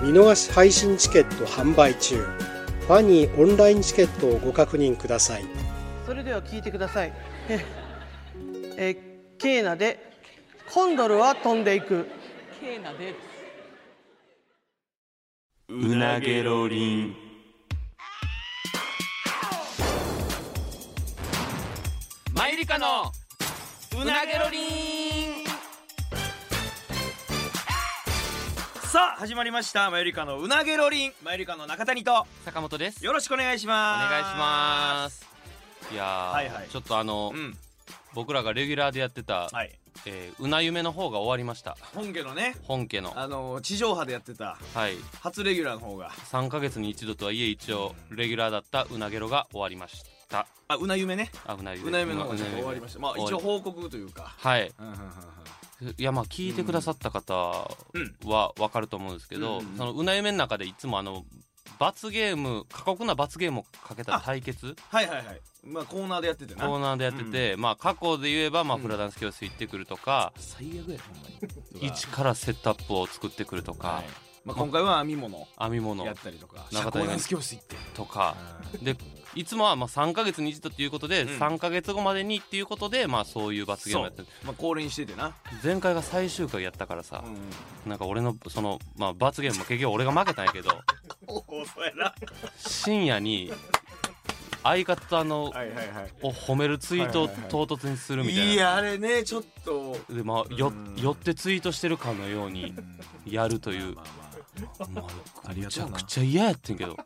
見逃し配信チケット販売中ファニーオンラインチケットをご確認くださいそれでは聞いてくださいえーえーケーナでコンドルは飛んでいくケーナでうなげろりんマイリカのうなげろりんさあ始まりましたマユリカのうなげろりんマユリカの中谷と坂本ですおよろしくお願いします願いしますいやー、はいはいちょっとあの、うん僕らがレギュラーでやってた、はいえーうな夢の方が終わりました本家のね本家のあの地上波でやってたはい初レギュラーの方が3ヶ月に一度とはいえ一応レギュラーだったうなげろが終わりましたあうな夢ねあうなゆうな夢の方がちょっと終わりましたまあ一応終わ報告というかりはいうんうんうんうんいやまあ聞いてくださった方うんは分かると思うんですけど、うんそのうな夢の中でいつもあの罰ゲーム過酷な罰ゲームをかけた対決はいはいはいまあコーナーでやっててなコーナーでやってて、まあ過去で言えば、まあ、フラダンス教室行ってくるとか、最悪やほんまに一からセットアップを作ってくるとか、はいまあ今回は編み物編み物やったりとか社中谷交がダンス教室行ってとか、でいつもはまあ3ヶ月に一度っていうことで、ん3ヶ月後までにっていうことで、まあ、そういう罰ゲームやってるまあ降臨しててな前回が最終回やったからさう、んうんなんか俺のその、まあ、罰ゲームも結局俺が負けたんや けどおそやな深夜に相方のはいはいはいを褒めるツイートを唐突にするみたいな。いやあれねちょっとでまあ、ようん寄ってツイートしてるかのようにやるというまあまあまあ、めちゃうなくちゃ嫌やってんけど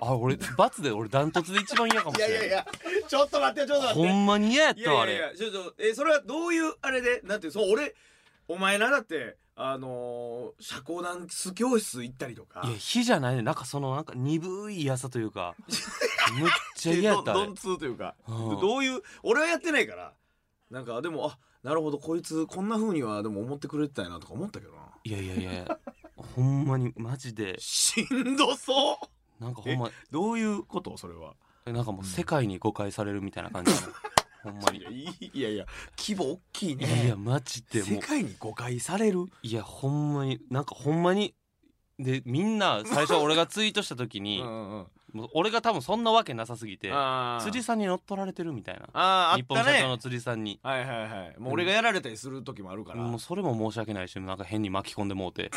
あ俺罰で俺ダントツで一番嫌かもしれないや、ちょっと待って、ちょっとほんまに嫌やっいたわあやれいやいや、ちょっと、え、それはどういうあれで、なんていう、そう、俺、お前なだって、あのー、社交ダンス教室行ったりとか。いや火じゃないねなんかそのなんか鈍い嫌さという かむっちゃ嫌やったあどれんつうというか、うんどういう、俺はやってないから、なんか、でも、あ、なるほど、こいつ、こんな風には、でも思ってくれてたんやなとか思ったけどな。いやいやいやほんまにマジでしんどそうなんかほんまどういうことそれは。なんかもう世界に誤解されるみたいな感じほんまに いや、いいいやいや、規模大きいいやいやね。マジで世もう界に誤解されるいやほんまになんかほんまにでみんな最初俺がツイートした時 うに、んうん。もう俺が多分そんなわけなさすぎてあー辻さんに乗っ取られてるみたいなあ日ー本あった社ね長の辻さんにはいはいはいもう俺がやられたりする時もあるから、もうそれも申し訳ないしなんか変に巻き込んでもう て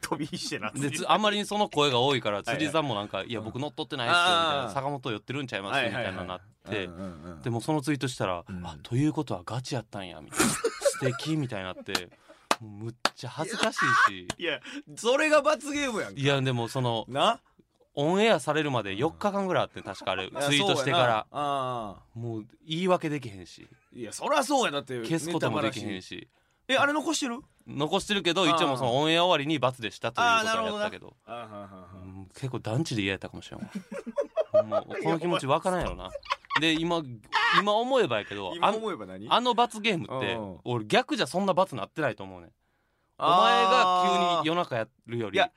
飛び火してなで つあんまりにその声が多いからはい辻さんもなんか「いや僕乗っ取ってないっすよ」みたいあーな「坂本寄ってるんちゃいます?」みたいななってうんうんうんでもそのツイートしたら「うんあということはガチやったんや」み たいな「素敵みたいになってもうむっちゃ恥ずかしいしいやそれが罰ゲームやんかいやでもそのなオンエアされるまで4日間ぐらいあって確かあれツイートしてからそうやなあもう言い訳できへんしーいやそりゃそうやだって消すこともできへネんタバラシしえあれ残してる残してるけどあー一応もうそのオンエア終わりに罰でしたということはやったけどあーはんはんはんうん結構団地で嫌やったかもし れんわほんまこの気持ちわからんやろなで今今思えばやけど今あ思えば何あの罰ゲームってうん俺逆じゃそんな罰なってないと思うねんお前あーが急に夜中やるよりいや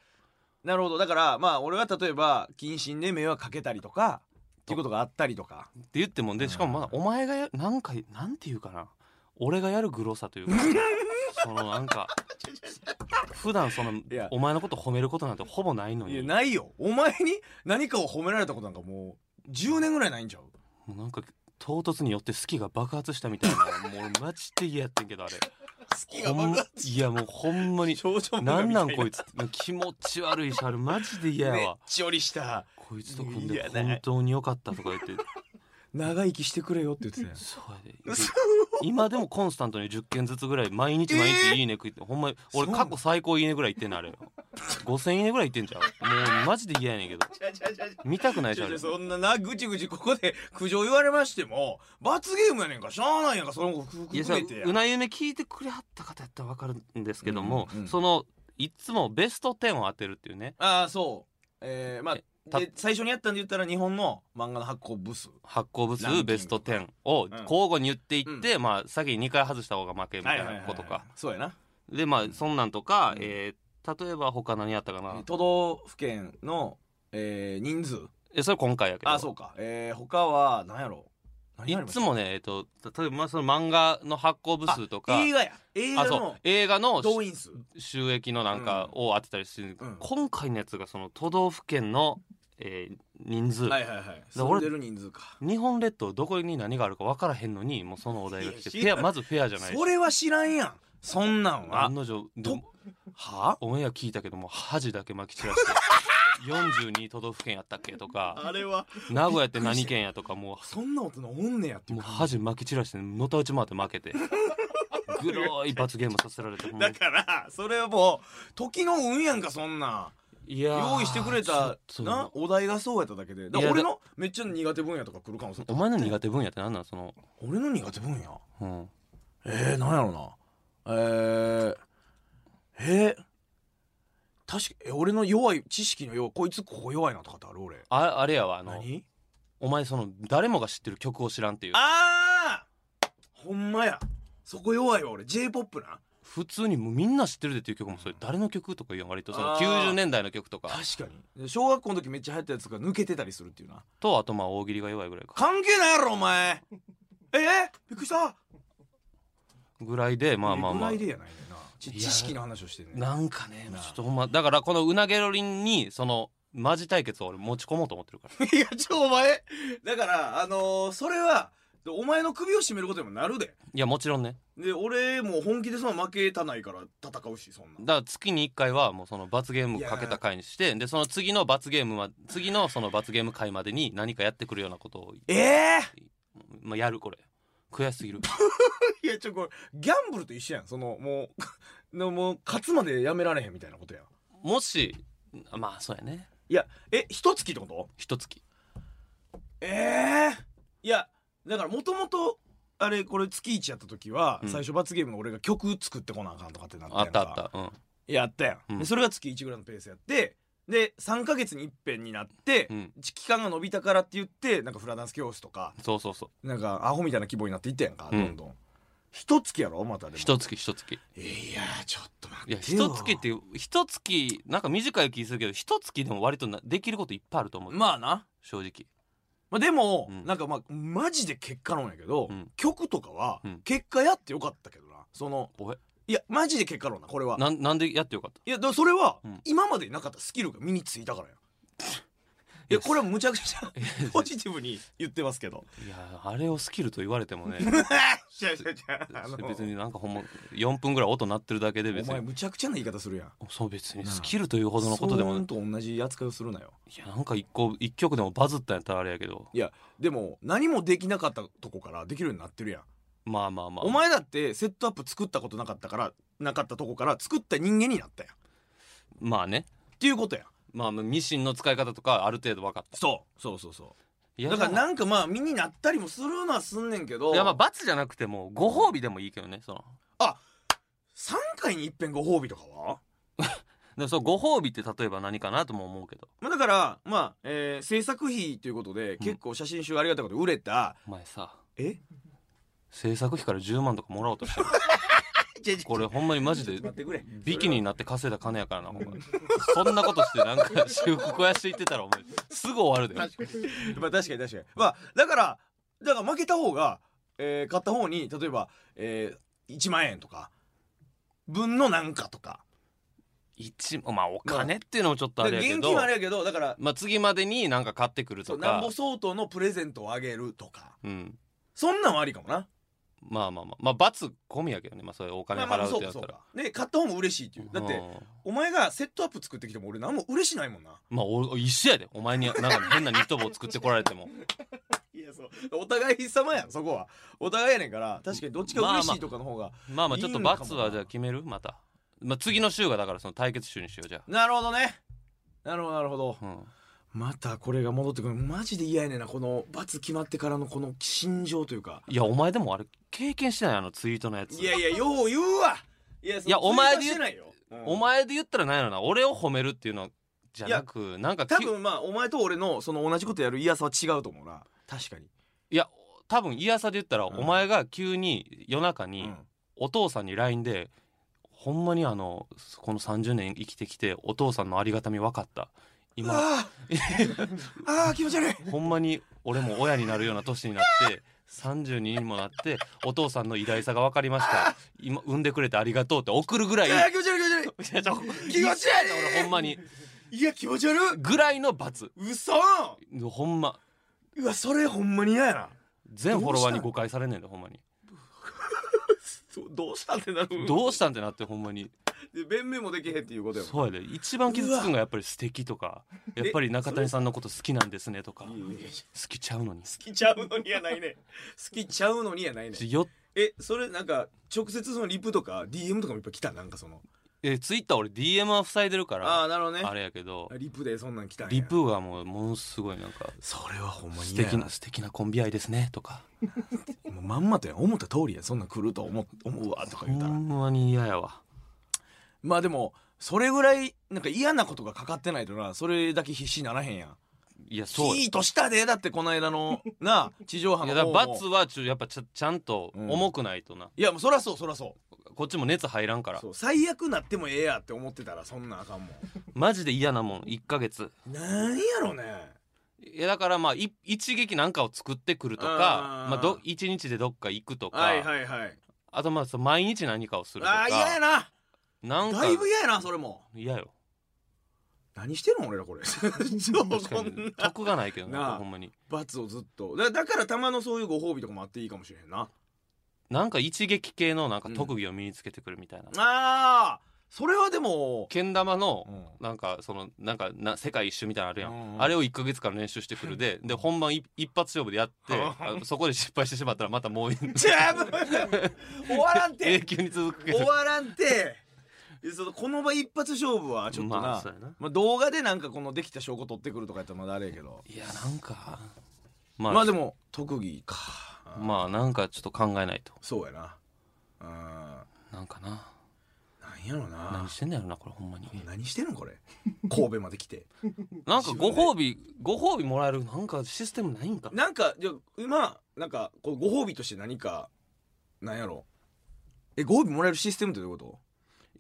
なるほどだからまあ俺は例えば謹慎で迷惑かけたりとかっていうことがあったりとかって言ってもでしかもまだお前がやなんかなんていうかな俺がやるグロさと いうかそのなんか普段そのやお前のこと褒めることなんてほぼないのいにやないよお前に何かを褒められたことなんかもう10年ぐらいないんちゃうもうなんか唐突によって好きが爆発したみたいなもう俺マジで嫌やってんけどあれ好ほんいやもうほん まに少女なんなんこい つ気持ち悪いしあれマジで嫌やわちよりしたこいつと組んいでやない本当に良かったとか言って長生きしてくれよって言ってたやんそうやで 今でもコンスタントに10件ずつぐらい毎日毎日いいね食いってほんまに俺そう過去最高いいねぐらい言ってんのあれ5000いいねぐらい言ってんじゃんもうマジで嫌やねんけど見たくないしあれそんななぐちぐちここで苦情言われましても罰ゲームやねんかしゃあないやんかその子いや含さめてやうなゆめ聞いてくれはった方やったら分かるんですけども、うんうんそのいつもベスト10を当てるっていうねああそうえー、まあたで最初にやったんで言ったら日本の漫画の発行部数発行部ランキン数グベスト10を交互に言っていって、まあ先に2回外した方が負けみたいなことか、そうやなでまあそんなんとか、うんえー例えば他何やったかな都道府県の、えー、人数えそれ今回やけどあそうかえー、他は何やろ何いやりましたつもねえっと例えばまあその漫画の発行部数とかあ映画や映あ画そうの映画の動員数収益のなんかを当てたりしてる、うん今回のやつがその都道府県の、えー人数、はいはいはいら住ん俺でる人数か日本列島どこに何があるか分からへんのにもうそのお題が来ていやフェアまずフェアじゃないそれは知らんやんそんなんは案の定でともはオンエア聞いたけども恥だけまき散 らして42都道府県やったっけとかれは名古屋って何県やとかもそんな大人おんねやってういもうう感じ恥まき散らしてのたうち回って負 けてグロい罰ゲームさせられてほんまだにからそれはもう時の運やんかそんなんいやー用意してくれたちょっとなお題がそうやっただけでだからいやだ俺のめっちゃ苦手分野とか来るかもしれなおい前の苦手分野って何なんその、俺の苦手分野うん、えー、なんやろなえー、えー、確かえ俺の弱い知識の弱いこいつここ弱いなとかってある俺ああれやわあの何お前その誰もが知ってる曲を知らんっていうああほんまやそこ弱いわ俺 j p o p な普通にもうみんな知ってるでっていう曲もそれ誰の曲とか言う割とそのあー90年代の曲とか確かに小学校の時めっちゃ流行ったやつが抜けてたりするっていうなとあとまあ大喜利が弱いぐらいか関係ないやろお前えー、びっくりしたぐらいでまあまあまあぐらいでやないねんなちいや知識の話をしてんねんなんかねなあちょっとほんまだからこのうなげろりんにそのマジ対決を俺持ち込もうと思ってるから いやちょお前だからあのーそれはお前の首を絞めることにもなるでいやもちろんねで俺もう本気でその負けたないから戦うしそんなだから月に1回はもうその罰ゲームかけた回にしてでその次の罰ゲームは次のその罰ゲーム回までに何かやってくるようなことを、ええまあ、やるこれ悔しすぎるいやちょこれギャンブルと一緒やんそのもう のもう勝つまでやめられへんみたいなことやん もしまあそうやねいやえ一月ってこと一月ええいやだからもともとあれこれ月1やった時は、うん最初罰ゲームの俺が曲作ってこなあかんとかってなったあやんっかたあったうんやったやうん、んでそれが月1ぐらいのペースやってで3か月に一遍になって、うん期間が伸びたからって言ってなんかフラダンス教室とかそうそうそうなんかアホみたいな規模になっていったやんか、うんどんどん一月やろまたでも一月一月いやーちょっと待いやってよ一月っていう一月なんか短い気するけど一月でも割となできることいっぱいあると思う、まあな、正直まあ、でも、うんなんかまあマジで結果論やけど、うん曲とかはうん結果やってよかったけどなそのおいいやマジで結果論なこれはなんなんでやってよかったいやだからそれは、うん今までになかったスキルが身についたからやいいややこれはむちゃくちゃいやポジティブに言ってますけどいやあれをスキルと言われて もね違う違う違うあの別になんかほんま4分ぐらい音鳴ってるだけでお別前にむちゃくちゃな言い方するやんそう別になあスキルというほどのことでも騒な音いと同じ扱いをするなよやなんか一個一曲でもバズったんやったらあれやけどいやでも何もできなかったとこからできるようになってるやんまあまあまあお前だってセットアップ作ったことなかったからなかったとこから作った人間になったやんっまあねていうことやんまあミシンの使い方とかある程度分かったそうそうそうそいうやだからでもなんかまあ身になったりもするのはすんねんけどいやまあ罰じゃなくてもご褒美でもいいけどねその3回に一遍ご褒美とかは、でもそのご褒美って例えば何かなとも思うけどまあ、だからまあ、えー制作費ということで結構写真集ありがたいことで売れた、お前さえ制作費から10万とかもらおうとして るこれほんまにマジで待ってくれビキニになって稼いだ金やからなお前そんなことしてなんか修復やしていってたらお前すぐ終わるで まあ確かに確かにまあだからだから負けた方が、えー勝った方に例えば、えー1万円とか分のなんかとか一まあお金っていうのもちょっとあれでやけ現ど金はあれやけどだからまあ次までになんか買ってくるそとうなかんぼ相当のプレゼントをあげるとかうんそんなんはありかもなまあまあまあまあ罰込みやけどねまあそういうお金まあま払うあっそうてやかったそうらかで買った方も嬉しいっていうだってうんお前がセットアップ作ってきても俺何も嬉しないもんなまあお一緒やでお前になんか変なニット帽作ってこられ てもいやそうお互い様やんそこはお互いやねんから確かにどっちが嬉しいとかの方が、まあまあちょっといいのかもな罰はじゃあ決めるまたまあ次の週がだからその対決週にしようじゃなるほどねなるほどなるほどあうんまたこれが戻ってくるマジで嫌やねんなこの罰決まってからのこの心情というかいやお前でもあれ経験してないあのツイートのやついやいやよう言うわいやいやお前で言う言ないよ、ううんお前で言ったらなんやろな俺を褒めるっていうのじゃなくなんかき多分まあお前と俺のその同じことやる嫌さは違うと思うな確かに、いや多分嫌さで言ったら、んお前が急に夜中うにんお父さんに LINE で「ほんまにあのこの30年生きてきてお父さんのありがたみ分かったう今わああー気持ち悪いほんまに俺も親になるような年になって32にもなってお父さんの偉大さが分かりました今産んでくれてありがとう」って送るぐらいいあやー気持ち悪い気持ち悪いちょ気持ち悪い俺ほんまにいや気持ち悪いぐらいの罰嘘ほんまうわそれほんまに嫌やな全フォロワーに誤解されねえんだよほんまにどどうしたってなるどうしたんってなってほんまにで弁明もできへんっていうことやもそうやで一番傷つくんがやっぱり素敵とかやっぱり中谷さんのこと好きなんですねとかんいやいやいや好きちゃうのに好きちゃうのにやないね好きちゃうのにやないねよえそれなんか直接そのリプとか DM とかもいっぱい来たなんかそのえツイッター俺 DM は塞いでるかあらあーなるほどねあれやけどリプでそんなん来たんやリプがもうものすごいなんかそれはほんまに素嫌や敵な素敵なコンビ愛ですねとかもうまんまとやん思った通りやそんなん来ると思思うわとほか言うたらんまに嫌やわまあでもそれぐらいなんか嫌なことがかかってないとなそれだけ必死にならへんやんいやヒそういートしたでだってこの間のなあ地上波のやだ方もから罰はちょやっぱちゃちゃんと重くないとな、いやもうそらそうそらそこっちも熱入らんからうそう最悪なってもええやって思ってたらそんなんあかんもマジで嫌なもん1ヶ月んなんやろねいやだからまあい一撃なんかを作ってくるとかあーまあ、ど一日でどっか行くとか、はいはいはいあとまあその毎日何かをするとかあー嫌やななんかだいぶ嫌やなそれも嫌よ何してんの俺らこれ そう確かこんにな得がないけどななあほんまに罰をずっとだだからたまのそういうご褒美とかもあっていいかもしれへんななんか一撃系のなんか特技を身につけてくるみたいな、あーそれはでもけん玉のうんなんかそのなんかな世界一周みたいなのあるやん、うんうんあれを1か月間練習してくる でで本番い一発勝負でやってあそこで失敗してしまったらまた もうじゃあもう終わらん永て久に続くけ終どわらんてそのこの場一発勝負はちょっとな,、まあまそうやなあ、動画でなんかこのできた証拠取ってくるとかやったらまだあれやけどいやなんかまあ、ままああ、でも特技かなんかちょっと考えないとそうやなうなんかなんなんやろな何してんだろなこれほんまに何してんのこれ神戸まで来てなんかご褒美ご褒美もらえるなんかシステムないんかななんかじゃあ今なんかこうご褒美として何かなんやろえご褒美もらえるシステムってどういうこと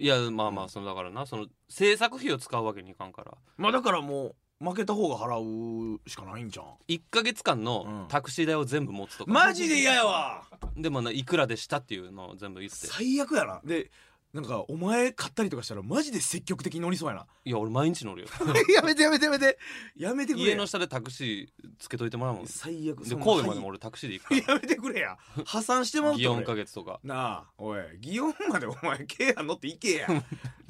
いやまあまあそのだからなその制作費を使うわけにいかんからまあだからもう負けた方が払うしかないんじゃん1か月間うんのタクシー代を全部持つとか、マジで嫌やわでもないくらでしたっていうのを全部言って最悪やなでなんかお前買ったりとかしたらマジで積極的に乗りそうやないや俺毎日乗るよ やめてやめてやめてやめてくれ家の下でタクシーつけといてもらうもんで最悪そん神な戸までも俺タクシーで行くかやめてくれや破産してまらう祇園とか俺月とかなあおい祇園までお前ケア乗って行け や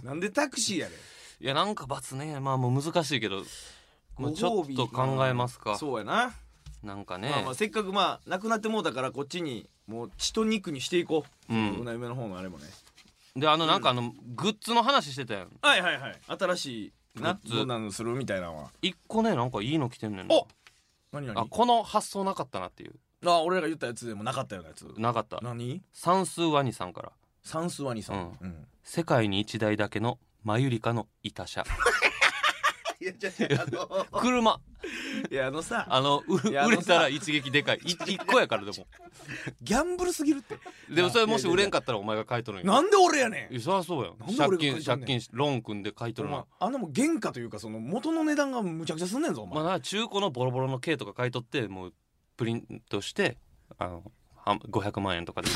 なんでタクシーやでいやなんか罰ねまあもう難しいけど、まあ、ちょっと考えますかそうやななんかね、まあまあせっかくまあなくなってもうだからこっちにもう血と肉にしていこう、ううんなゆめの方のあれもねであのなんかあの、グッズの話してたやんはいはいはい新しいなグッズどんなのするみたいなのは一個ねなんかいいの来てんねんなお何何あこの発想なかったなっていうあ俺らが言ったやつでもなかったようなやつなかった何算数ワニさんから算数は兄さん、ううん世界に一台だけのマユリカのいた車 いやじゃああの車 いやあのさあのういやあ売のされたら一撃でかいい一個やからでもギャンブルすぎるってでもそれもし売れんかったらお前が買い取るんやなんで俺やねいやそりゃそうやんなんで借俺が金買い取ん借ねん金しローン組んで買いん取おる前なあのもう原価というかその元の値段がむちゃくちゃすんねんぞおまあ前、な中古のボロボロの軽とか買い取ってもうプリントしてあのはん500万円とかで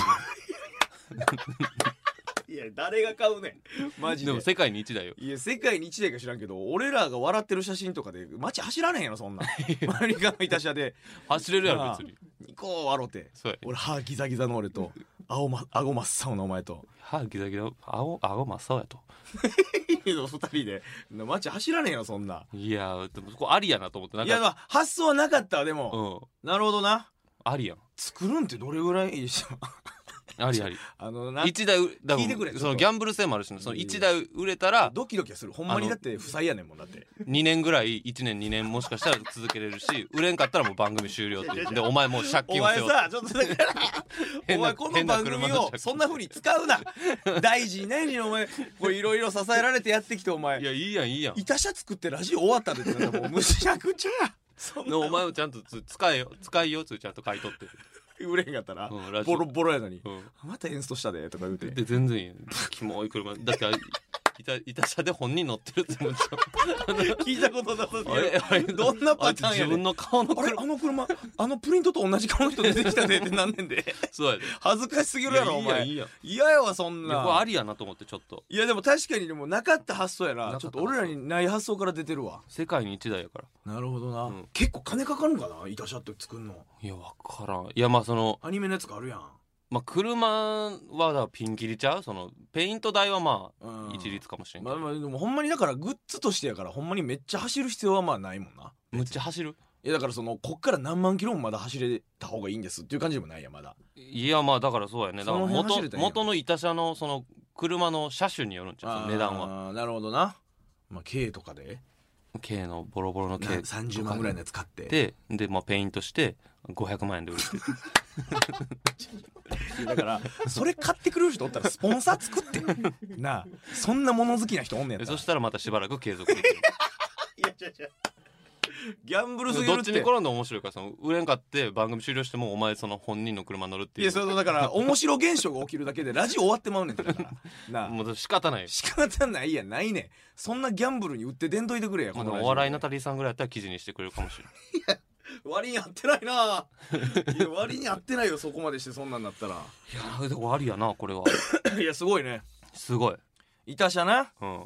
いや誰が買うねん マジでも世界に一台よいや世界に一台か知らんけど俺らが笑ってる写真とかで街走らねえよそ んなん周りがいた車で走れるやなろあ別に「こう笑ってそうや俺歯ギザギザの俺と青、ま、顎真っ青のお前と歯ギザギザ青青真っ青やと二人で街走らねえよそんないやーでもこれありやなと思ってなんいかやまあ発想はなかったわでも、うんなるほどなありやん作るんってどれぐらいいいし ありありあのな一台うだから聞いてくれそのギャンブル性もあるしねその一台売れたらドキドキはするほんまにだって負債やねんもんだって2年ぐらい1年2年もしかしたら続けれるし売れんかったらもう番組終了っていうでお前もう借金おを前背負ってさちょっとだから お変な前この番変な組車のを車そんなふうに使うな大事ないにお前こういろいろ支えられてやってきてお前いやいいやんいいやん板車作ってラジオ終わったでってなんかもうむしゃくちゃやそんでなお前もちゃんとつ使えよ使いよつちゃんと買い取って、売れへんかったら、うんラジオボロボロやのに、う、またエンストしたでとか言うんてで全然いいよキモい車だってあいたいた車で本人乗ってるって思っち ゃ聞いたことなさすぎうあれるあれどんなあパいつターン自やね分んの顔のあれ車あの車 あのプリントと同じ顔の人出てきたでってなんねんで そうやで恥ずかしすぎるやろおいや前いいやんいいやん嫌やわそんいやこれあなりやなと思ってちょっといやでも確かにでもなかった発想やなかっなたちょっと俺らにない発想から出てるわ世界に一台やからなるほどな、うん結構金かかるんかな板車って作るのいやわからんいやまあその、アニメのやつがあるやん、まあ、車はだからピンキリちゃうそのペイント代はまあうん、一律かもしれんけまあど、まあでもほんまにだからグッズとしてやからほんまにめっちゃ走る必要はまあないもんなむっちゃ走るいやだからそのこっから何万キロもまだ走れた方がいいんですっていう感じでもないやまだいやまあだからそうやねだからその辺走元れたらいいやん元の板車のその車の車種によるんちゃうその値段ははなるほどなまあ K とかで K のボロボロの K な30万ぐらいのやつ買ってでで、まあ、ペイントして500万円で売るっていうだからそれ買ってくれる人おったらスポンサー作って なあそんな物好きな人おんねやっ でたそらしたらまたしばらく継続できるギャンブルすぎどるっってちに転んでも面白いからその売れんかって番組終了してもお前その本人の車乗るっていいやうそのだから面白現象が起きるだけでラジオ終わ ってまうねんてだからなあもう仕方ないよ仕方ないやんないねんそんなギャンブルに売って出んといてくれやまあこのラジオお笑いナタリーさんぐらいやったら記事にしてくれるかもしれない割に合ってないないや割に合ってないよそこまでしてそんなんなったらいやでもありやなこれはいやす ごいねすごい、いたしゃなうん、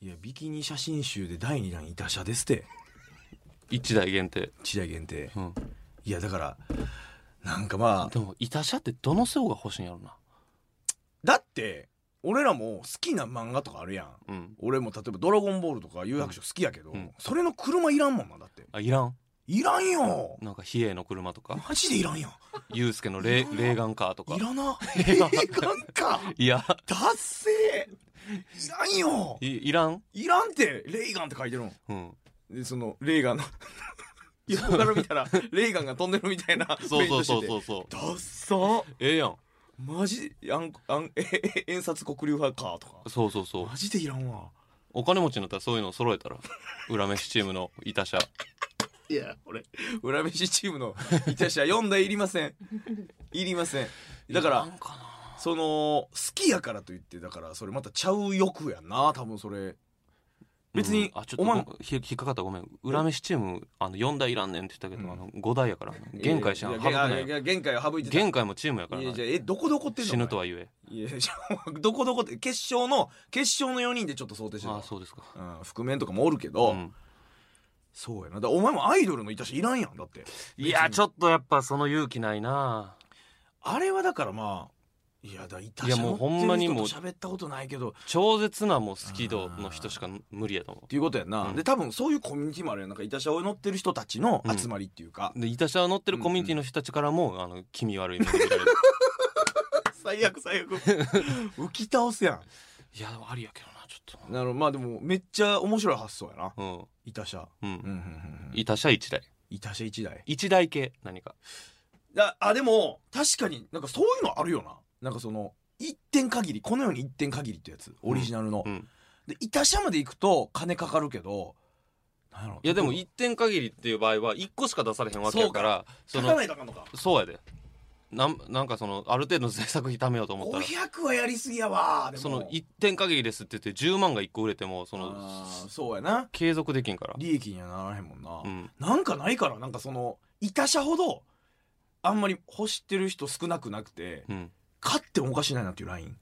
いやビキニ写真集で第2弾いたしゃですって1台限定、時代限定うん、いやだからなんかまあでも板車ってどの層が欲しいんやろなだって俺らも好きな漫画とかあるやんうん俺も例えば「ドラゴンボール」とか「有楽町」好きやけど、うんそれの車いらんもんなだってあいらんいらんよなんか比叡の車とかマジでいらんやんユースケのレーレーガンカーとかいらないらんいらんかいや達成いらんよいいらん、いらんってレイガンって書いてるのうん、でそのレーガンの横から見たらレーガンが飛んでるみたいなそうそうそうペインそトうそうしててダッサーええやんマジあんあんえええ遠札黒竜派かとかそうそうそうマジでいらんわお金持ちになったらそういうの揃えたら裏飯チームのいた車いや俺裏飯チームのいたしは4台いりませんいりませんだかならんかなその好きやからといってだからそれまたちゃう欲やんな多分それ別うにんあちょっとおごまめんんひ引っかかったごめん裏飯チームあの4台いらんねんって言ったけど、うんあの5台やから限界しいなや省いくやないやいいや限界を省いてた限界もチームやからいなやじゃあえどこどこってんの死ぬとはは言えいやい やどこどこって決勝の決勝の4人でちょっと想定してたああそうですかうん、覆面とかもおるけど、うんそうやなだからお前もアイドルのいたしいらんやんだっていやちょっとやっぱその勇気ないなあれはだからまあいやだいたしいやもうほんまにもう乗ってる人と喋ったことないけどっ超絶なもう好き度の人しか無理やと思ていうことやんな、うんで多分そういうコミュニティもあるやんなんかいたしを乗ってる人たちの集まりっていうか、うでいた車乗ってるコミュニティの人たちからも、あの気味悪い目で見られる 最悪最悪 浮き倒すや いやありやけどなちょっんなるまあでもめっちゃ面白い発想やなとないたしゃうんううんんうんうんうんいた車1台いたしゃ一台1台系何かああでも確かになんかそういうのあるよななんかその一点限りこのように一点限りってやつオリジナルの、うんでいたしゃまで行くと金かかるけどなんやろいやでも一点限りっていう場合は一個しか出されへんわけやからそ書かのないとあかんのかそうやでなんなんかそのある程度の制作費貯めようと思ったら500はやりすぎやわでもその一点限りですって言って10万が一個売れてもそのあーそうやな継続できんから利益にはならへんもんな、うんなんかないからなんかそのいたしゃほどあんまり欲してる人少なくなくてうん勝ってもおかしないなっていうライン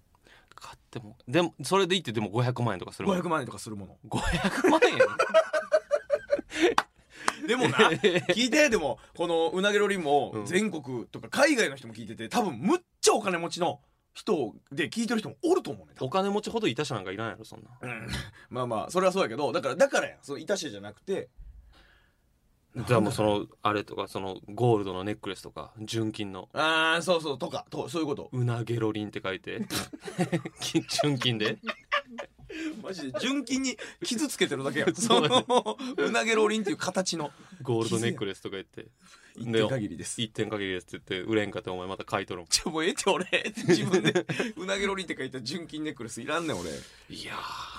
買ってもでもそれでいいってでも500万円とかするもん500万円とかするもの500万円でもな 聞いてでもこのうなげロリうもん全国とか海外の人も聞いてて多分むっちゃお金持ちの人で聞いてる人もおると思うねん多お分金持ちほどいた車なんかいらんやろそんなまあまあそれはそうやけどだからだからやんそのいたしじゃなくてじゃあもうそのあれとかそのゴールドのネックレスとか純金のああそうそうとかとそういうことうなゲロリンって書いて 金純金でマジで純金に傷つけてるだけやんそそうだねのうなげローリンっていう形のゴールドネックレスとか言って一点限りです一点限りですって言って売れんかってお前また買い取るもちょもうええって俺自分でうなげローリンって書いた純金ネックレスいらんねん俺んいやー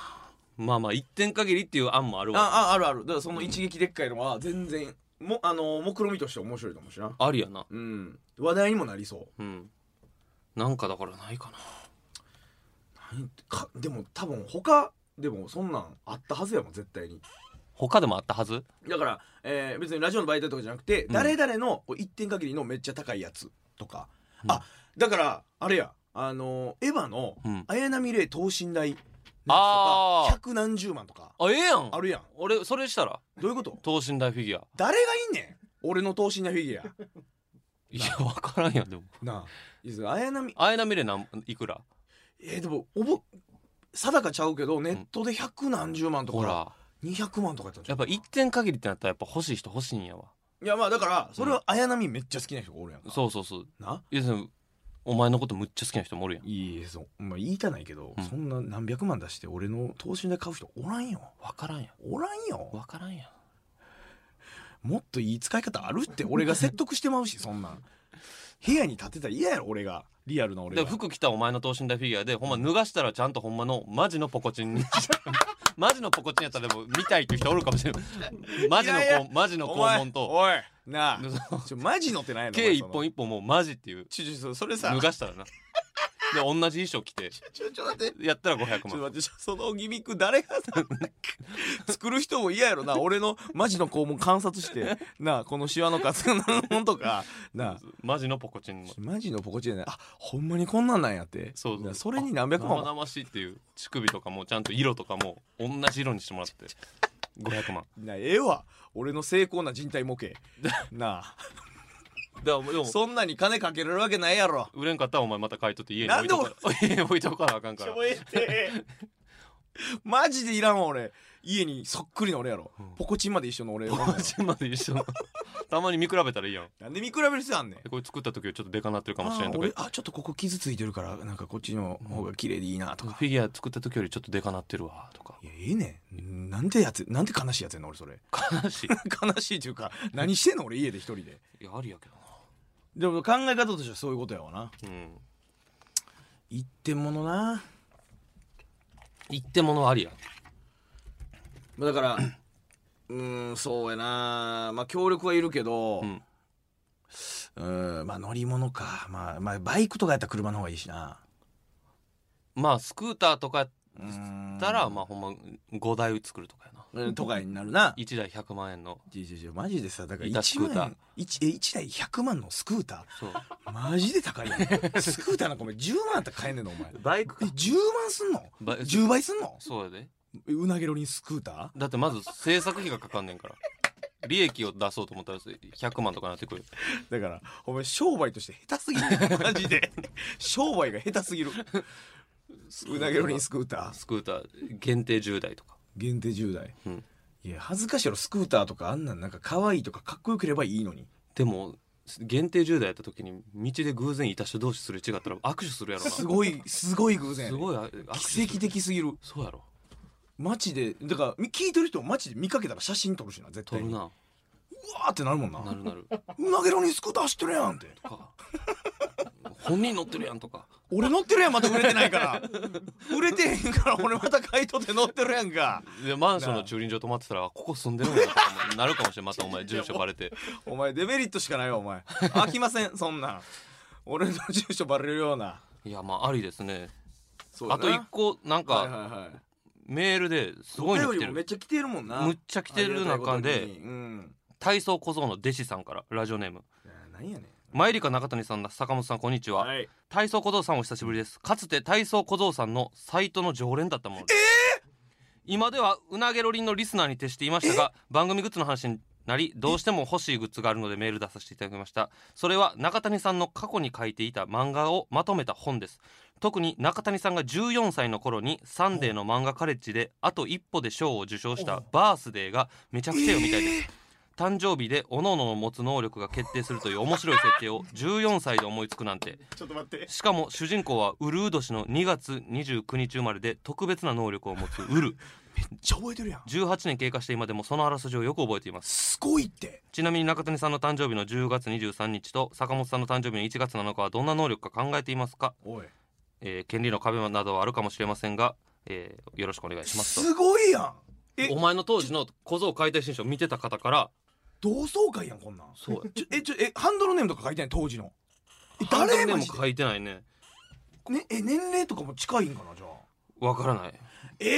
まあまあ一点限りっていう案もあるわあああるあるだからその一撃でっかいのは全然もあの目論見みとして面白いかもしれなありやなうん話題にもなりそううんなんかだからないかな何かでも多分他でもそんなんあったはずやもん絶対に他でもあったはずだから、えー別にラジオの媒体とかじゃなくて、ん誰々のこう一点限りのめっちゃ高いやつとか、うんあだからあれやあのーエヴァのうん綾波レイ等身大のやつとあかー百何十万とかあええやんあるやん俺それしたらどういうこと等身大フィギュア誰がいんねん俺の等身大フィギュアいや分からんやんでもなあいず綾波綾波レイなんいくらえー、でもおぼ定かちゃうけどネットで百何十万とほから200万とかやったんちゃやうっぱかな一点限りってなったらやっぱ欲しい人欲しいんやわいやまあだからそれは綾波めっちゃ好きな人がおるやんか、そうそうそうないやでもお前のことむっちゃ好きな人もおるやんいいえそう、まあ、言いたないけど、うんそんな何百万出して俺の投資で買う人おらんよ分からんやおらんんよ分からんやんもっといい使い方あるって俺が説得してまうしそ んなん部屋に立てたら嫌やろ俺がリアルな俺でが服着たお前の等身大フィギュアでほんま脱がしたらちゃんとほんまのマジのポコチンに マジのポコチンやったらでも見たいっていう人おるかもしれ ないマジのこういやいやマジのお肛前門 とおいなであちょマジのってないの計一本一一本もうマジっていうちょちょそれさ脱がしたらなで同じ衣装着てちょちょ待ってやったら500ちょっと万待ってそのギミック誰がさ 作る人も嫌やろな俺のマジの肛門観察してなあこのシワの数が何本とかなあマジのポコチンもマジのポコチンじゃないあほんまにこんなんなんやってそうそうそれに何百万あ生も々しいっていう乳首とかもちゃんと色とかも同じ色にしてもらって500万なええわ俺の成功な人体模 型だかならであもそんなに金かけれるわけないやろ売れんかったらお前また買い取って家に置いとか 家に置いとかなあかんからえてマジでいらんわ俺家にそっくりの俺やろ、んポコチンまで一緒の俺やろポコチンまで一緒のたまに見比べたらいいやんなんで見比べる必要あんねんこれ作った時はちょっとデカなってるかもしれんあとか俺あちょっとここ傷ついてるからなんかこっちの方が綺麗でいいなとか、フィギュア作った時よりちょっとデカなってるわとかいやええねんなんてやつなんて悲しいやつやねん俺それ 悲しい悲しいというか何してんの俺家で一人でいやありやけどでも考え方としてはそういうことやわななうん一点ものな一点物はありやまあだからうーんそうやなまあ協力はいるけどうんーんまあ乗り物か、まあ、まあバイクとかやったら車の方がいいしなまあスクーターとかやうーんったらまあほんま5台作るとかやなうん都会になるな1台100万円のいやいやいやマジでさだからいたスクータ1ー万一え一台100万のスクータ そうーマジで高いやんスクーターなんかお前10万あったら買えんねんのお前バイクえ10万すんのば ?10 倍すんのそうやでえうなげろりんスクータだってまず制作費がかかんねんから利益を出そうと思ったら100万とかなってくるーだからお前商売として下手すぎるマジで商売が下手すぎるうなげろりんスクータースクーター限定10台とか限定10代、うんいや恥ずかしいやろスクーターとかあんなんなんか可愛いとかかっこよければいいのにでも限定10代やった時に道で偶然いた人同士すれ違ったら握手するやろなすごいすごい偶然やすねごいあ奇跡的すぎるそうやろ街でだからみ聞いてる人も街で見かけたら写真撮るしな絶撮対るにうわなーってなるもんななるなるうなげろにスクーター走ってるやんってか 本人乗ってるやんとか俺乗ってるやんまた売れてないから売れてへんから俺また買い取って乗ってるやんかでマンションの駐輪場止まってたらあここ住んでるんやとかもなるかもしれんまたお前住所バレ てお前デメリットしかないわお前飽きませんそんなん俺の住所バレるようないやまあありですねそうだあなと一個なんはいかはいはいメールですごいのお来便てりもめっるちゃ来てるもんなむっちゃ来てる中ありがたいでことにうん体操小僧の弟子さんからラジオネーム何やねマイリカ中谷さん坂本さんこんにちんは、い体操小僧さんお久しぶりですかつて体操小僧さんのサイトの常連だったものです、今ではうなげろりんのリスナーに徹していましたが番組グッズの話になりどうしても欲しいグッズがあるのでメール出させていただきましたそれは中谷さんの過去に書いていた漫画をまとめた本です特に中谷さんが14歳の頃に「サンデーの漫画カレッジ」であと一歩で賞を受賞した「バースデー」がめちゃくちゃ読みたいです、誕生日で各々の持つ能力が決定するという面白い設定を14歳で思いつくなんてちょっと待ってしかも主人公はウルう年の2月29日生まれで特別な能力を持つウルめっちゃ覚えてるやん18年経過して今でもそのあらすじをよく覚えていますすごいってちなみに中谷さんの誕生日の10月23日と坂本さんの誕生日の1月7日はどんな能力か考えていますか、おいえー権利の壁などはあるかもしれませんが、えーよろしくお願いしますとすごいやんえお前の当時の小僧解体新書を見てた方から同窓会やんこんなんそうちょえちょえハンドルネームとか書いてない当時のえハ誰ンドルマネジームで書いてないねねえ年齢とかも近いんかなじゃあわからないえ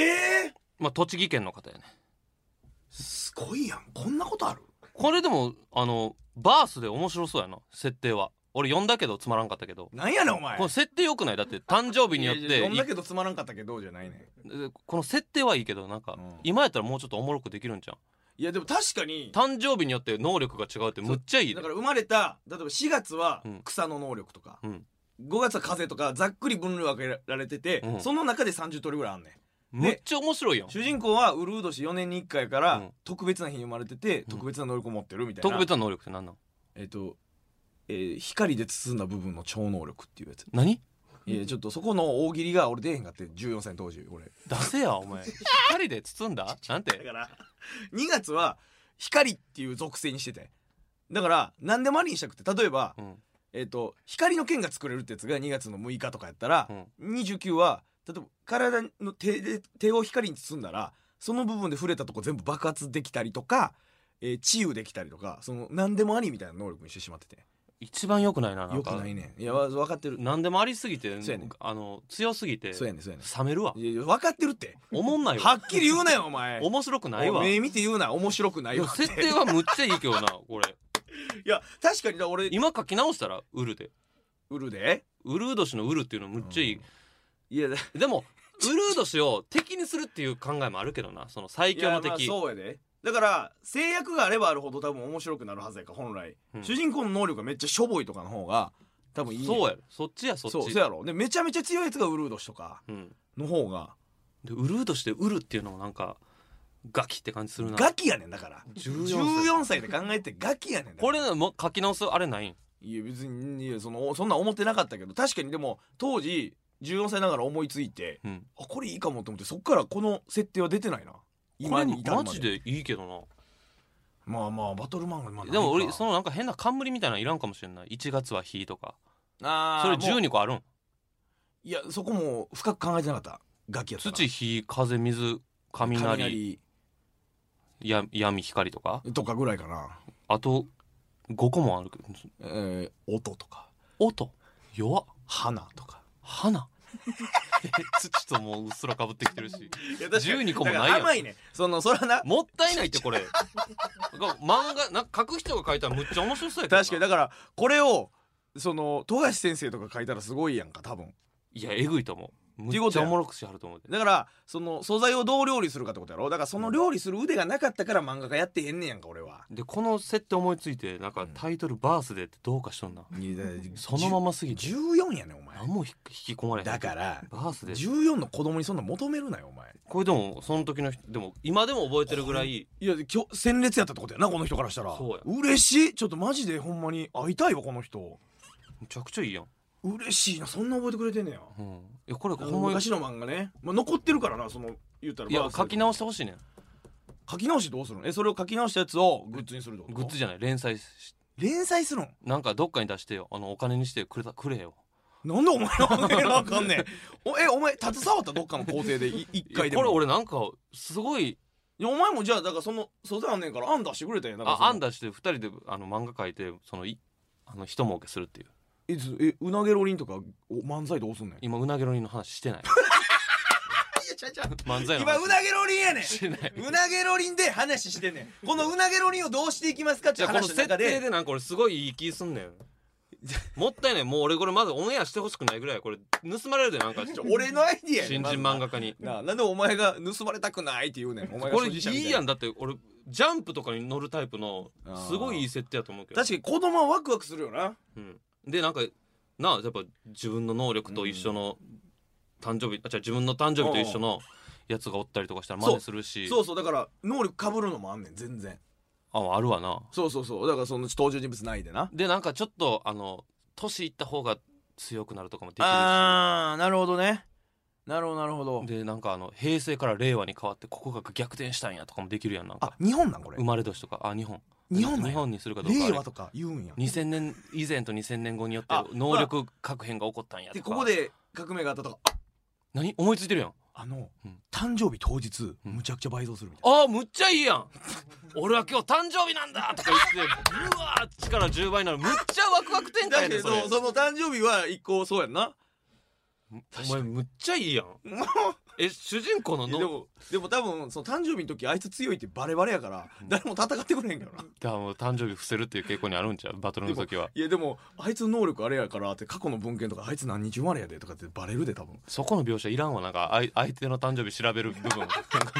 えまあ栃木県の方やねすごいやんこんなことあるこれでもあのバースで面白そうやな設定は俺読んだけどつまらんかったけどなんやねんお前この設定良くないだって誕生日によっていやいやそんいだけどつまらんかったけどじゃないねえこの設定はいいけどなんか、うん今やったらもうちょっとおもろくできるんじゃんいやでも確かに誕生日によって能力が違うってむっちゃいいだねから生まれた例えば4月はうん草の能力とか、うん5月は風とかざっくり分類分けられてて、うんその中で30通りぐらいあんねんむっちゃ面白いやん主人公はウルウ年4年に1回かうらん特別な日に生まれてて、特別な能力を持ってるみたいな特別な能力って何なのえっ、と、えー光で包んだ部分の超能力っていうやつ何いやちょっとそこの大喜利が俺出えへんかって14歳の当時俺出せやお前光で包んだなんだてから2月は光っていう属性にしててだから何でもありにしたくて例えば、うんえっ、と光の剣が作れるってやつが2月の6日とかやったらう、ん29は例えば体の手で手を光に包んだらその部分で触れたとこ全部爆発できたりとか、えー治癒できたりとかその何でもありみたいな能力にしてしまってて一番良くないななんよくかないねんいやわ分かってる何でもありすぎてそうやねんあの強すぎてそう冷やねんそうやねめるわんいやいや分かってるっておもんないはわっきり言うなよお前面白くないわお目見て言うな面白くないいよや設定はむっちゃいいけど なこれいや確かにな俺今書き直したらウルで売るでウルう年のウルっていうのむっちゃいい、いやでもウルう年を敵にするっていう考えもあるけどなその最強のいやまあ敵そうやでだから制約があればあるほど多分面白くなるはずやから本来、うん主人公の能力がめっちゃしょぼいとかの方が多分いいねんそうやそっちやそっちそうそうやろでめちゃめちゃ強いやつがウルードシとかうん、の方がでウルう年でウルっていうのもなんかガキって感じするなガキやねんだから14歳14歳で考えてガキやねんだからこれもう書き直すあれないんいや別にいやそのそんなん思ってなかったけど確かにでも当時14歳ながら思いついてうんあこれいいかもと思ってそっからこの設定は出てないなこ今れに至るまマでジでいいけどまあまあバトル漫画まあなでも俺そののなんか変な冠みたいなのいらんかもしれない1月は火とかあそれ十12個あるんいやそこも深く考えてなかったガキやったから土火風水雷や闇光とか雷とかぐらいかな、あと5個もあるけどえー、音とか音弱っ花とか 花土ともううっすらかぶってきてるしい確やかに12個もないやん甘いねそのそらなもったいないってこれが漫画なんか書く人が書いたらむっちゃ面白そうやけどな確かにだからこれをその富樫先生とか書いたらすごいやんか多分いやえぐいと思うむていうっこちとゃやおもろくしはると思うでだからその素材をどう料理するかってことやろだからその料理する腕がなかったから漫画家やってへんねやんか俺はでこの設定思いついてなんかタイトル「バースデー」ってどうかしとんな、そのまますぎて14やねんお前何も引き込まれへんだからバースデー14の子供にそんな求めるなよお前これでもその時の人でも今でも覚えてるぐらいいや今日鮮烈やったってことやなこの人からしたらそうや嬉しいちょっとマジでほんまに会いたいわこの人むちゃくちゃいいやん、嬉しいなそんな覚えてくれてんねやうん、いやこれほんまに昔の漫画ね、まあ、残ってるからなその言ったらいや書き直しててほしいねん書き直しどうするのえそれを書き直したやつをグッズにするってことグッズじゃない連載し連載するんなんかどっかに出してよあのお金にしてくれたくれよなんでお前のお金があか んねんおえお前携わったどっかの工程でい一いや回でこもれ俺なんかすごいいやお前もじゃあだからその素材あんねんから案出してくれたんやんだからそあの案出して2人であの漫画書いてそのいあの人儲けするっていうえずえうなげろりんとかお漫才どうすんねんい今うなげろりの話して ないやちゃちゃ漫才の今話うなげろりんやねんしてないうなげろりんで話してんねんこのうなげろりんをどうしていきますかってじゃあこの話の設中定ででなんか俺すごいいい気すん ねんもったいないもう俺これまずオンエアしてほしくないぐらいこれ盗まれるでなん か俺のアイディアやね新ん人漫画家になあなんでお前が盗まれたくないって言うねんお前がこ所れ持者みいたいいなやんだって俺ジャンプとかに乗るタイプのすごいいい設定やと思うけど確かに子供はワクワクするよなうん、でなんかなあやっぱ自分の能力と一緒の誕生日、あじゃ自分の誕生日と一緒のやつがおったりとかしたら真似するしそうそうだから能力かぶるのもあんねん全然ああるわなそうそうそうだからその登場人物ないでなでなんかちょっとあの年いった方が強くなるとかもできるあーなるほどねなるほどなるほどしでなんかあの平成から令和に変わってここが逆転したんやとかもできるやんなんあか日本なんこれ生まれ年とかあ日本日本日なんや本にするかどうかあ令れ和とか言うんや2000年以前と2000年後によってあ能力確変が起こったんやとでかここで革命があったとかあ何思いついてるやんあの、うん誕生日当日うんむちゃくちゃ倍増するみたいあーむっちゃいいやん俺は今日誕生日なんだとか言ってうわー力10倍になるむっちゃワクワク展な、開やねそれの誕生日は一個そうやんなお前むっちゃいい やんえ主人公のでのだかもでも多分その誕生日の時あいつ強いってバレバレやから誰も戦ってくれへんからならもう誕生日伏せるっていう傾向にあるんちゃうバトルの時はいやでもあいつの能力あれやからって過去の文献とかあいつ何日生まれやでとかってバレるで多分そこの描写いらんわなんかあい相手の誕生日調べる部 分なんか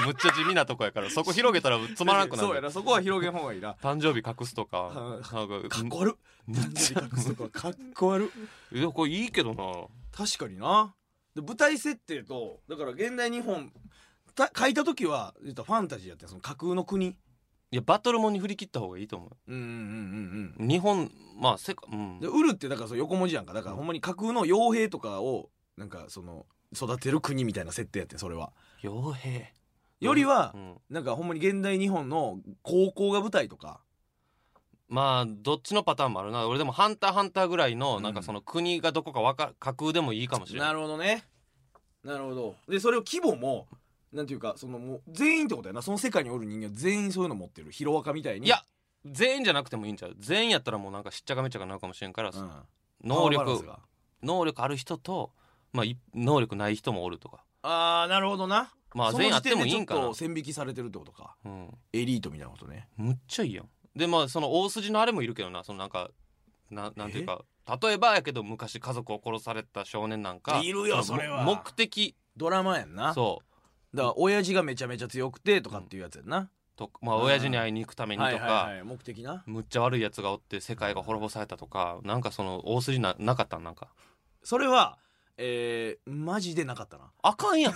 むっちゃ地味なとこやからそこ広げたらつまらなくなそうやるなそこは広げん方がいいな誕生日隠すとかはなんかかっこ悪っむ誕っち生ゃ日隠すとかかっこ悪っいやこれいいけどな確かになで舞台設定とだから現代日本た書いた時は言ったらファンタジーやってんその架空の国いやバトルもんに振り切った方がいいと思うんうんうんう日本まあ世界うんうんでウルってだからその横文字やんかだからほんまに架空の傭兵とかをなんかその育てる国みたいな設定やってんそれは傭兵よりはう、んなんかほんまに現代日本の高校が舞台とかまあどっちのパターンもあるな俺でも「ハンターハンター」ぐらいのうんなんかその国がどこかわか架空でもいいかもしれないるほどねなるほどでそれを規模もなんていうかそのもう全員ってことやなその世界におる人間は全員そういうの持ってるヒロアカみたいにいや全員じゃなくてもいいんちゃう全員やったらもうなんかしっちゃかめっちゃかになるかもしれんから、うん能パワーバランス力が能力ある人と、まあ、い能力ない人もおるとかあーなるほどなまあ全員あってもいいんかそなの時点でちょっと、線引きされてるってことかうん、エリートみたいなことねむっちゃいいやんでまあその大筋のあれもいるけどなそのなんかななんていうか例えばやけど昔家族を殺された少年なんかいるよのそれはも目的ドラマやんなだかそうら親父がめちゃめちゃ強くてとかっていうやつやんな、とまあ親父に会いに行くためにとか、い、目的なむっちゃ悪いやつがおって世界が滅ぼされたとかなんかその大筋ななかったんなんかそれはえー、マジでなかったなあかん やん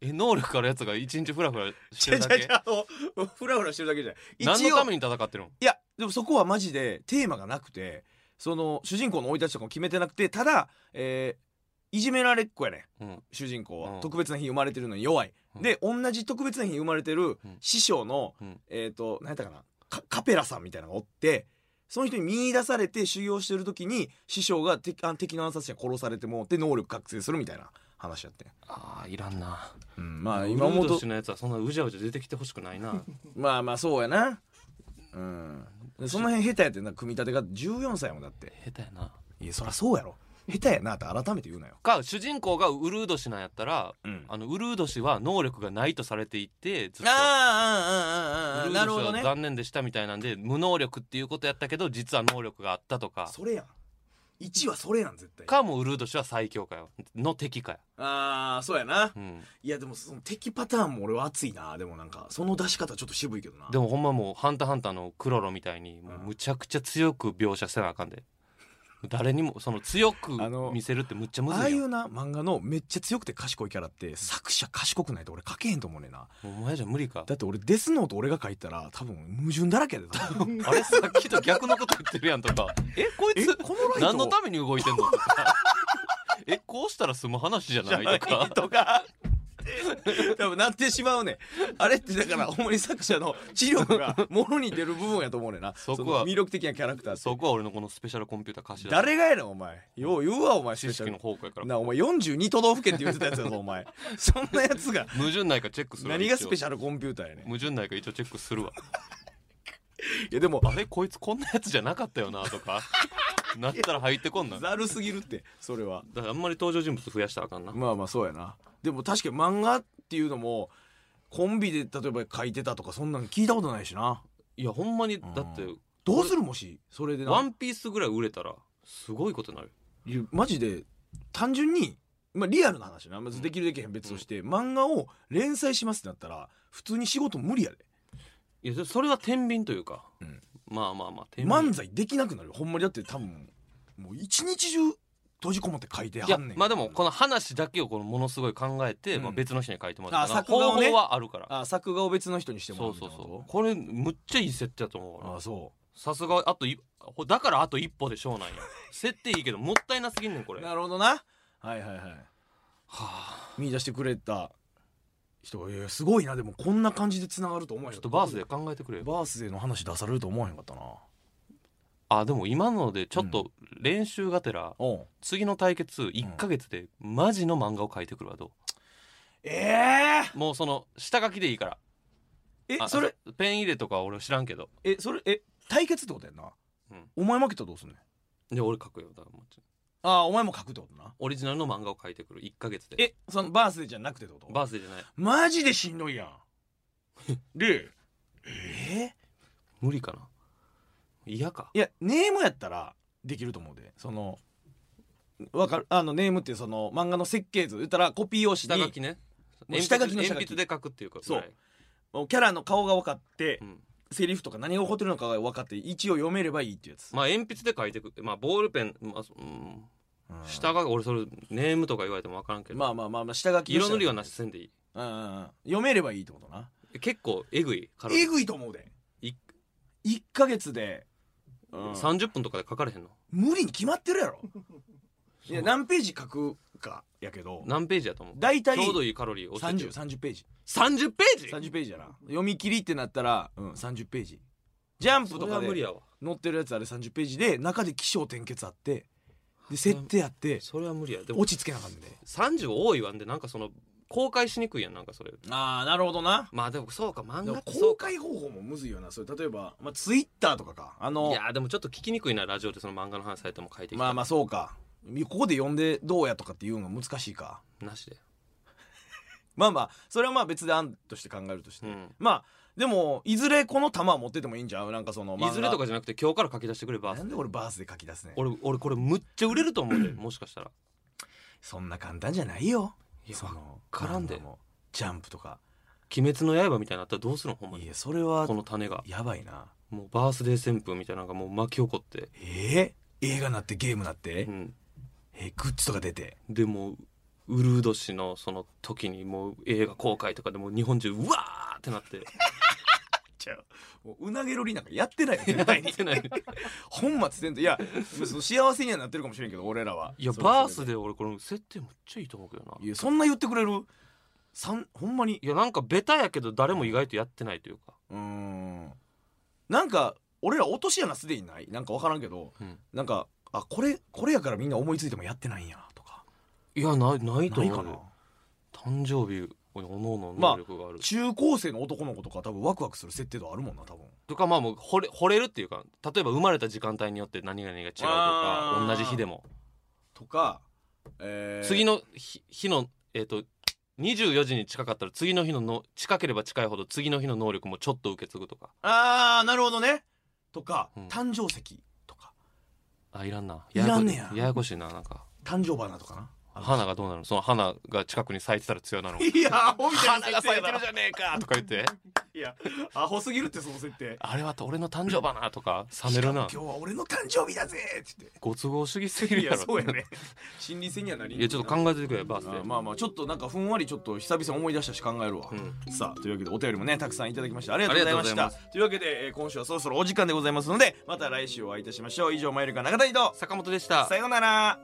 え能力あるやつが一日フラフラしてるだけあの フラフラしてるだけじゃな何い一のた応めに戦ってるのいやでもそこはマジでテーマがなくてその主人公の生い立ちとかも決めてなくてただ、えーいじめられっ子やねん、うん主人公は、うん特別な日生まれてるのに弱い、で同じ特別な日生まれてるうん師匠の、うんえっ、と何やったかなカカペラさんみたいなのがおってその人に見出されて修行してる時に師匠が敵あ敵の暗殺者に殺されてもって能力覚醒するみたいな話やってん、あーいらんなうん、まあ今今思思ううと年のやつはそんなうじゃうじゃ出てきてほしくないなまあまあそうやなうんでその辺下手やってんな組み立てが14歳もんだって下手やないやそりゃそうやろ下手やなって改めて言うなよか主人公がウルード氏なんやったらうんあのウルード氏は能力がないとされていってずっとあウルード氏は残念でしたみたいなんで無能力っていうことやったけど実は能力があったとかそれやん1はそれやん絶対かもウルード氏は最強かよの敵かよ、ああそうやなうん、いやでもその敵パターンも俺は熱いなでもなんかその出し方ちょっと渋いけどなでもほんまもう「ハンターハンター」のクロロみたいにもうむちゃくちゃ強く描写せなあかんで誰にもその強くあの見せるってむっちゃむああずいいやうんな漫画のめっちゃ強くて賢いキャラって作者賢くないと俺書けへんと思うねんなお前じゃ無理かだって俺デスノート俺が書いたら多分矛盾だらけやで多分あれさっきと逆のこと言ってるやんとか えこい えつこのライト何のために動いてんのとか えこうしたら済む話じゃないと かとか多分なってしまうねんあれってだからほんまに作者の知力がものに出る部分やと思うねんなそこのは魅力的なキャラクターってそこは俺のこのスペシャルコンピューター貸し出す誰がやねんお前よう言うわお前知識のスペ宝庫やかシャルらなお前42都道府県って言ってたやつやぞお前 そんなやつが矛盾ないかチェックするわ何がスペ一シャルコンピューターやね応ん矛い盾ないか一応チェックするわやでもあれこいつこんなやつじゃなかったよなと かなったら入ってこんなんだかざるすぎるってそれはらあんまり登場人物増やしたらあかんなまあまあそうやなでも確かに漫画っていうのもコンビで例えば書いてたとかそんなん聞いたことないしないやほんまにだってうんどうするもしそれでなワンピースぐらい売れたらすごいことになるいやマジで単純に、まあ、リアルな話なまずできるできへん別として、漫画を連載しますってなったら普通に仕事無理やでいやでそれは天秤というか、うんまあまあまあ天秤漫才できなくなるよほんまにだって多分もう一日中閉じこもって書いていやはんねんまあでもこの話だけをこのものすごい考えて、うんまあ、別の人に書いてもらったあから作画を方ね法はあるからあ作画を別の人にしてもらそううみたそいうなことそうこれむっちゃいい設定だと思うあわそさすがあといだからあと一歩でしょう なんや設定いいけどもったいなすぎんねんこうれなるほどなはいはいはいはあ見出してくれた人がいやすごいなでもこんな感じでつながると思わへんちょかっったとバースで考えてくれよバースデーの話出されると思わへんかったなあでも今のでちょっと練習がてら、おう次の対決1か月でマジの漫画を描いてくるわどえーうもうその下書きでいいからえあそれペン入れとか俺知らんけどえそれえ対決ってことやんな、うんお前負けたらどうすんねんで俺描くよだからもちろんああお前も書くってことなオリジナルの漫画を描いてくる1か月でえそのバースデーじゃなくてってことバースデーじゃないマジでしんどいやん でえ無理かな嫌かーいやネームやったらできると思うでそのわかるあのネームってその漫画の設計図言ったらコピー用下紙書にきねもう下書きの下書鉛き筆で描くっていうかそうぐらいもうキャラの顔が分かって、ん、セリフとか何が起こってるのかが分かって一応読めればいいってやつ、まあ鉛筆で描いてくまあボールペン、まあそうん、うん下書き俺それネームとか言われても分からんけど、まあまあまあまあ下書き色塗りはなしせんでいうんうんうん読めればいいってことない結構えぐいからえぐいと思うでい1か月で、うん30分とかで書かれへんの無理に決まってるやろいや何ページ書くかやけど何ページやと思う大体ちょうどいいカロリーを教えてよ3030ページ30ページ30ページやな読み切りってなったら、うん、30ページジャンプそとれかは無理でやわ載ってるやつあれ30ページで中で起承転結あってで設定あってそれは無理やでも落ち着けなあかんねんで30多いわんでなんかその公開しにくいやんなんかそれああなるほどなまあでもそうか漫で画もってそ公うか開方法もむずいよなそれ例えば、まあ、ツイッターとかかあいのやでもちょっと聞きにくいなラジオでその漫画の話されても書いてきたまあまあそうかここで読んでどうやとかっていうのは難しいかなしでまあまあそれはまあ別で案として考えるとして、うんまあでもいずれこの玉は持っててもいいんじゃうなんかその漫画いずれとかじゃなくて今日から書き出してくればなんで俺バースで書き出すねん俺俺これむっちゃ売れると思うでもしかしたらそんな簡単じゃないよいやそわのからんで漫画もジャンプとか「鬼滅の刃」みたいになったらどうするのほんまいにやそれはこの種がやばいなもうバースデー旋風みたいなのがもう巻き起こって、えー、映画なってゲームなって、うん、えーグッズとか出てでもうウルー年のその時にもう映画公開とかでもう日本中うわーってな ってじゃううなげろりなんか やってないよ絶対泣にいてない本末転倒いやその幸せにはなってるかもしれんけど俺らはいやそれはバーそスれデー俺この設定むっちゃいいと思うけどなでいやそんな言ってくれるさんほんまにいやなんかベタやけど誰も意外とやってないというかうーんなんか俺ら落とし穴すでにないなんか分からんけど、うんなんかあこれこれやからみんな思いついてもやってないんやとかいやないないとない思うかよな誕生日おのおの能力がある、中高生の男の子とか多分ワクワクする設定度あるもんな多分とかまあもう惚れ惚れるっていうか例えば生まれた時間帯によって何々が違うとあかー同じ日でも、とか、えー次の日日のえっ、と24時に近かったら次の日のの近ければ近いほど次の日の能力もちょっと受け継ぐとかあーなるほどねとか、うん誕生石とかあいらんないらんねやややこしいななんか誕生花とかな花がどうなるのその花が近くに咲いてたら強なのいやアホみたいな花が設咲定やいてるなじゃねえかとか言っていやアホすぎるってその設定あれは俺の誕生花なとか冷めるなしかも今日は俺の誕生日だぜって言っご都合主義すぎてるいやろやそうやね 心理戦にはなりにくいやちょっと考えてくれよバースデあー、まあまあちょっとなんかふんわりちょっと久々思い出したし考えるわ、うさあというわけでお便りもねたくさんいただきましてありがとうございまあしたりがとうござというわけで、えー今週はそろそろお時間でございますのでまた来週お会いいたしましょう以上マイルカ中谷と坂本でしたさようなら